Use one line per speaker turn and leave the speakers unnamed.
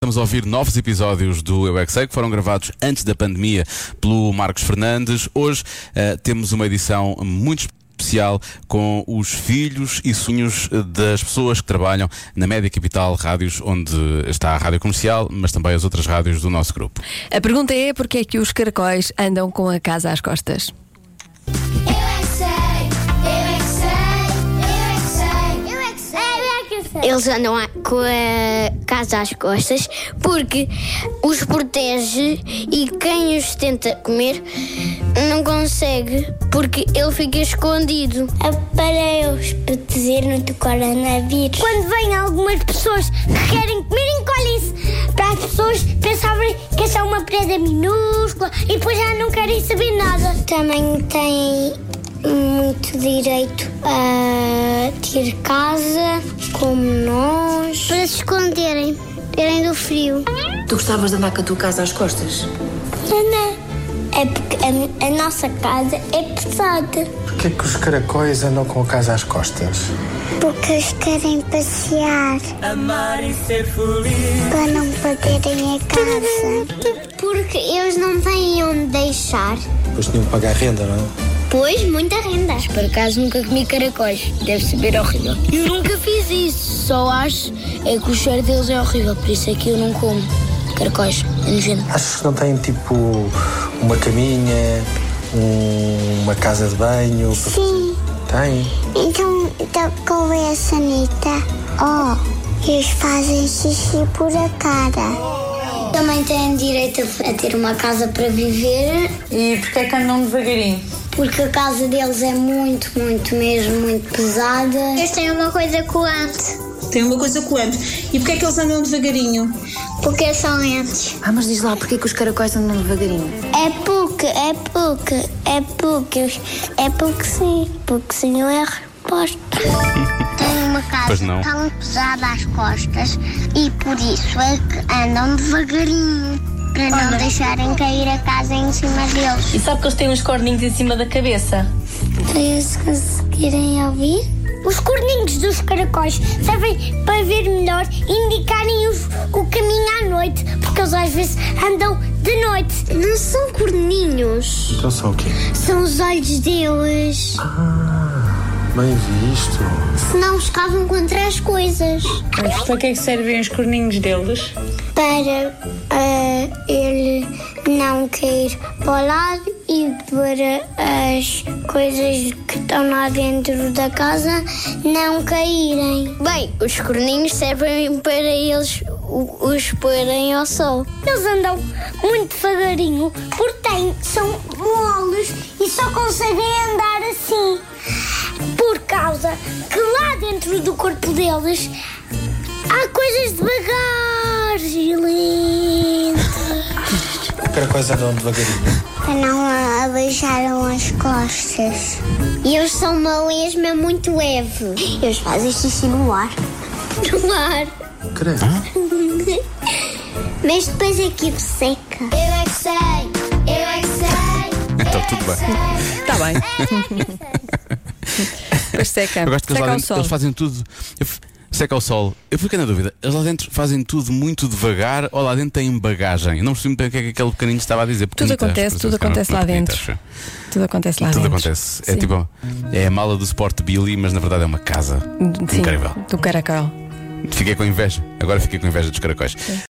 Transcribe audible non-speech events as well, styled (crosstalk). Estamos a ouvir novos episódios do Eu é que, Sei, que foram gravados antes da pandemia pelo Marcos Fernandes. Hoje eh, temos uma edição muito especial com os filhos e sonhos eh, das pessoas que trabalham na Média Capital Rádios, onde está a Rádio Comercial, mas também as outras rádios do nosso grupo.
A pergunta é porque é que os caracóis andam com a casa às costas?
Eu é que sei, eu é que sei, eu é que sei, eu é que sei, eu é que sei.
Eles andam a- com a casa às costas porque os protege e quem os tenta comer não consegue porque ele fica escondido.
Para os proteger no teu coronavírus. Quando vêm algumas pessoas que querem comer, encolhem-se para as pessoas pensarem que é só uma presa minúscula e depois já não querem saber nada. Também têm muito direito a ter casa, como nós. Para se esconderem, terem do frio.
Tu gostavas de andar com a tua casa às costas?
É porque a, a nossa casa é pesada.
Porquê que os caracóis andam com a casa às costas?
Porque eles querem passear. Amar e ser feliz. Para não perderem a casa. Porque eles não têm onde deixar.
Depois tinham que pagar renda, não é?
Pois, muita renda.
Por acaso nunca comi caracóis, deve saber horrível. Eu nunca fiz isso, só acho é que o cheiro deles é horrível, por isso é que eu não como caracóis, é nojento.
Achas que não têm tipo uma caminha, um- uma casa de banho?
Sim,
Tem.
então, então qual é a sanita? Oh, eles fazem xixi por a cara. Também têm direito a ter uma casa para viver
E porquê é que andam devagarinho?
Porque a casa deles é muito, muito mesmo, muito pesada. Eles têm uma coisa coante,
Tem uma coisa coante. E porquê é que eles andam devagarinho?
porque são lentes.
Ah, mas diz lá, porquê que os caracóis andam devagarinho?
É porque, é porque, é porque, é porque sim, porque sim eu é
(laughs)
a resposta. Tem uma
Pois
casa
não.
tão pesada às costas e por isso é que andam devagarinho, para não deixarem cair a casa em cima deles.
E sabe que eles têm uns corninhos em cima da cabeça?
Para eles conseguirem ouvir? Os corninhos dos caracóis servem para ver melhor e indicarem os- o caminho à noite, porque eles às vezes andam de noite. Não são corninhos,
Então são o quê?
são os olhos deles.
Bem visto.
Senão escavam contra as coisas.
Mas para que é que servem os corninhos deles?
Para ah, ele não cair para o lado e para as coisas que estão lá dentro da casa não caírem.
Bem, os corninhos servem para eles o- os porem ao sol.
Eles andam muito devagarinho porque têm, são moles e só conseguem andar assim por causa que lá dentro do corpo deles há coisas devagar e lentas.
Os caracóis andam devagarinho.
Para não abaixaram as costas. E eles são uma lesma muito leve. Eles fazem xixi no ar. No ar.
Credo.
Mas depois aquilo seca. Eu é que sei, eu é que sei. é
Então, tudo Tá bem.
Está bem. Pois seca.
Eu gosto que eles
É, seca
lá
ao
dentro
sol.
eles fazem tudo. eu f- Seca ao sol. Eu fico na dúvida. Eles lá dentro fazem tudo muito devagar ou lá dentro têm bagagem? Eu não percebi muito bem o que é que aquele pequenino estava a dizer.
Tudo
Pequenita,
acontece,
as pessoas
tudo
ficaram
acontece lá
muito
dentro.
pequenitas, sim.
Tudo acontece lá
Tudo
dentro.
acontece. É
Sim.
tipo. É a mala do Sport Billy, mas na verdade é uma casa.
Sim,
Incrível.
Do caracol.
Fiquei com inveja. Agora fiquei com inveja dos caracóis.